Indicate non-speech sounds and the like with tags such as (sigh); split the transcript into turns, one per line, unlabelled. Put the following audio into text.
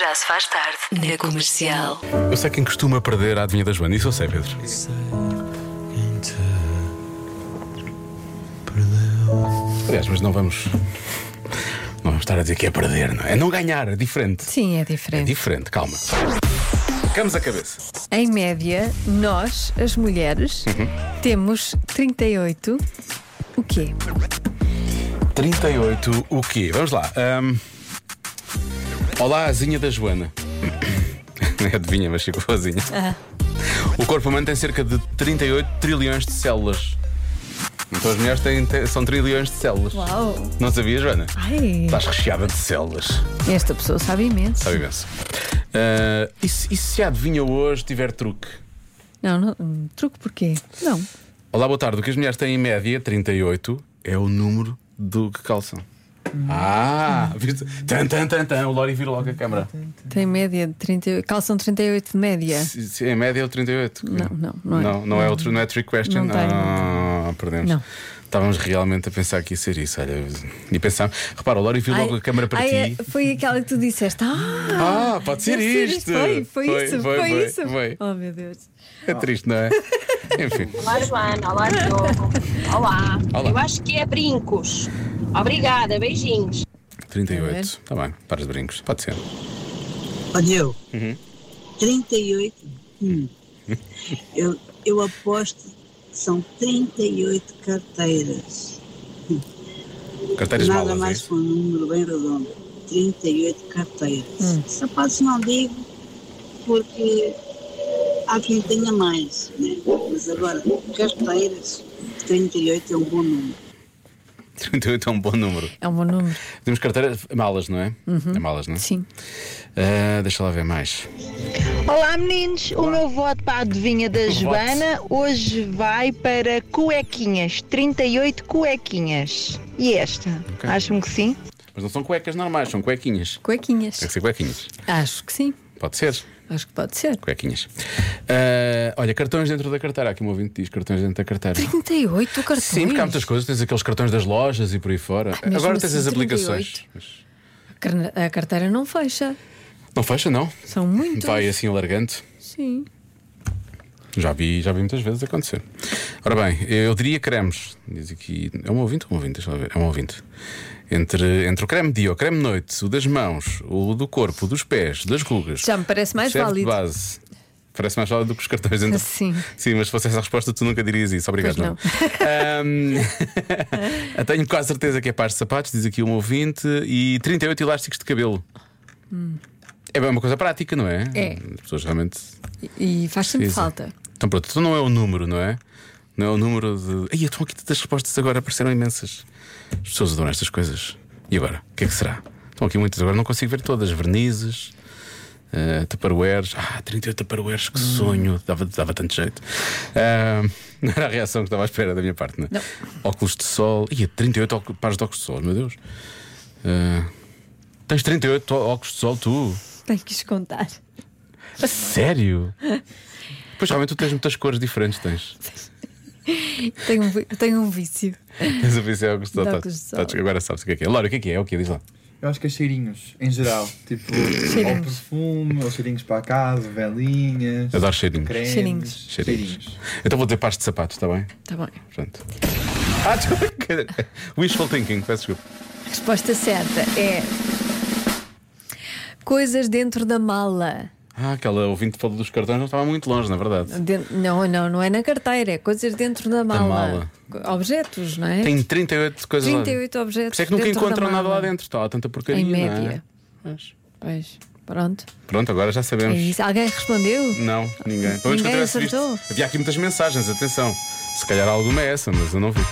Já se faz tarde na comercial.
Eu sei quem costuma perder a adivinha da Joana, isso eu sei, Pedro. Aliás, mas não vamos. Não vamos estar a dizer que é perder, não é? É não ganhar, é diferente.
Sim, é
É
diferente.
diferente, calma. Ficamos a cabeça.
Em média, nós, as mulheres, temos 38. O quê?
38, o quê? Vamos lá. ahm, Olá, azinha da Joana. (coughs) Nem adivinha, mas ficou azinha. O corpo humano tem cerca de 38 trilhões de células. Então as mulheres têm, têm- são trilhões de células.
Uau!
Não sabia, Joana?
Ai,
Estás recheada de células.
esta pessoa sabe imenso.
Tá. Sabe imenso. Ah, e, se, e se a adivinha hoje tiver truque?
Não, não, hum, truque porquê? Não.
Olá, boa tarde. O que as mulheres têm em média, 38, é o número do que calçam. Ah, viste? Tan, tan, tan, tan. O Lori vira logo a câmara.
Tem média de 38. Calção 38 de média.
Se- se Em média é o 38.
Não, não, não é.
Não, não é outro, não é trick question.
Não tem, não
ah, perdemos.
Não.
Estávamos realmente a pensar que ia ser isso. Olha, e pensámos. Repara, o Lori viu logo a câmara para
ai,
ti.
é, Foi aquela que tu disseste. Ah,
Ah, pode ser
deve
isto.
Foi, foi, isso, foi, isso.
foi.
Oh, meu Deus.
É triste,
(laughs)
não é? Enfim.
Olá, Joana. Olá, Diogo. Olá.
Olá.
Eu acho que é brincos. Obrigada, beijinhos.
38.
É.
Está Tá bem, para os brincos. Pode ser.
Ó, Diogo,
Uhum.
38. Hum. eu, eu aposto que são 38 carteiras.
Carteiras
Nada
malas. é
mais
isso?
que um número bem redondo. 38 carteiras. Sapatos não digo, porque há quem tenha mais, né? Mas agora, carteiras, 38 é um bom número.
38 é um bom número.
É um bom número.
Temos carteiras malas, não é? É malas, não é?
Uhum. Sim.
Ah, deixa lá ver mais.
Olá meninos, o meu voto para a adivinha
(laughs)
da Joana hoje vai para cuequinhas, 38 cuequinhas. E esta?
Ok.
Acham que sim?
Mas não são cuecas normais, são cuequinhas.
Cuequinhas.
Tem que ser cuequinhas.
Acho que sim.
Pode ser.
Acho que pode ser.
Cuequinhas. Ah, olha, cartões dentro da carteira. Há Aqui um ouvinte diz cartões dentro da carteira.
38 cartões.
Sim, porque há muitas coisas. Tens aqueles cartões das lojas e por aí fora.
mesmo
Agora tens
assim,
as aplicações. Mas
Carne- A carteira não fecha.
Não fecha, não?
São muitos.
Vai assim alargante.
Sim.
Já vi, já vi muitas vezes acontecer. Ora bem, eu diria cremes. Diz aqui. É um ouvinte ou um ouvinte? Deixa lá ver. É um ouvinte. Entre, entre o creme de dia, o creme de noite, o das mãos, o do corpo, dos pés, das rugas.
Já me parece mais
serve de
válido.
base. Parece mais válido do que os cartões dentro.
Sim.
Sim, mas se fosse essa a resposta, tu nunca dirias isso. Obrigado,
Pois não.
João. Ahm, (laughs) eu tenho quase certeza que é pares de sapatos, diz aqui um ouvinte, e 38 elásticos de cabelo. É bem uma coisa prática, não é?
Hum. É.
As pessoas realmente
E faz sempre
Precisa.
falta.
então pronto, então não é o número, não é? Não é o número de. Ai, estão aqui tantas respostas agora, apareceram imensas. As pessoas adoram estas coisas. E agora? O que é que será? Estão aqui muitas, agora não consigo ver todas. Vernizes, uh, taparoeiros. Ah, 38 taparoeiros, que
Hum.
sonho! Dava, dava tanto jeito. Ah, (laughs) não era a reação que estava à espera da minha parte, né?
Não.
Óculos de sol. é Ia, 38 óculos- pares de óculos de sol, meu Deus. Ah, tens 38 ó- óculos de sol, tu?
Tem que os contar.
A sério? (laughs) Pois realmente tu tens muitas cores diferentes, tens.
Tenho um, vi- tenho um vício.
Tens o Vicente Augusto.
Dá
Tá,
óculos de
tá,
sol.
tá, agora sabes o que é que é. Laura, o que é que é? É O que é? Diz lá.
Eu acho que é cheirinhos, em geral. Tipo, ou
Cheirinhos.
perfume, ou cheirinhos para a casa, velinhas,
Adoro cheirinhos.
cremes.
Cheirinhos.
Cheirinhos.
Cheirinhos.
Então vou dizer pares de sapatos, está bem?
Tá bom.
Pronto. Ah, tu... (laughs) Wishful thinking, peço desculpa.
Resposta certa é. Coisas dentro da mala.
Ah, aquela ouvinte que falou dos cartões não estava muito longe, na verdade.
Den- não, não, não é na carteira, é coisas dentro da mala. Objetos, não é?
Tem 38 coisas lá.
38
Por
objetos.
isso é que nunca
dentro da
encontram nada
mala.
lá dentro. Está lá tanta porcaria.
Em
não é?
média.
Mas,
Pois, pronto.
Pronto, agora já
É
sabemos.
isso. Alguém respondeu?
Não, ninguém. Pelo menos que eu
Ninguém
tivesse visto.
acertou?
Havia aqui muitas mensagens, atenção. Se calhar alguma é essa, mas eu não vi.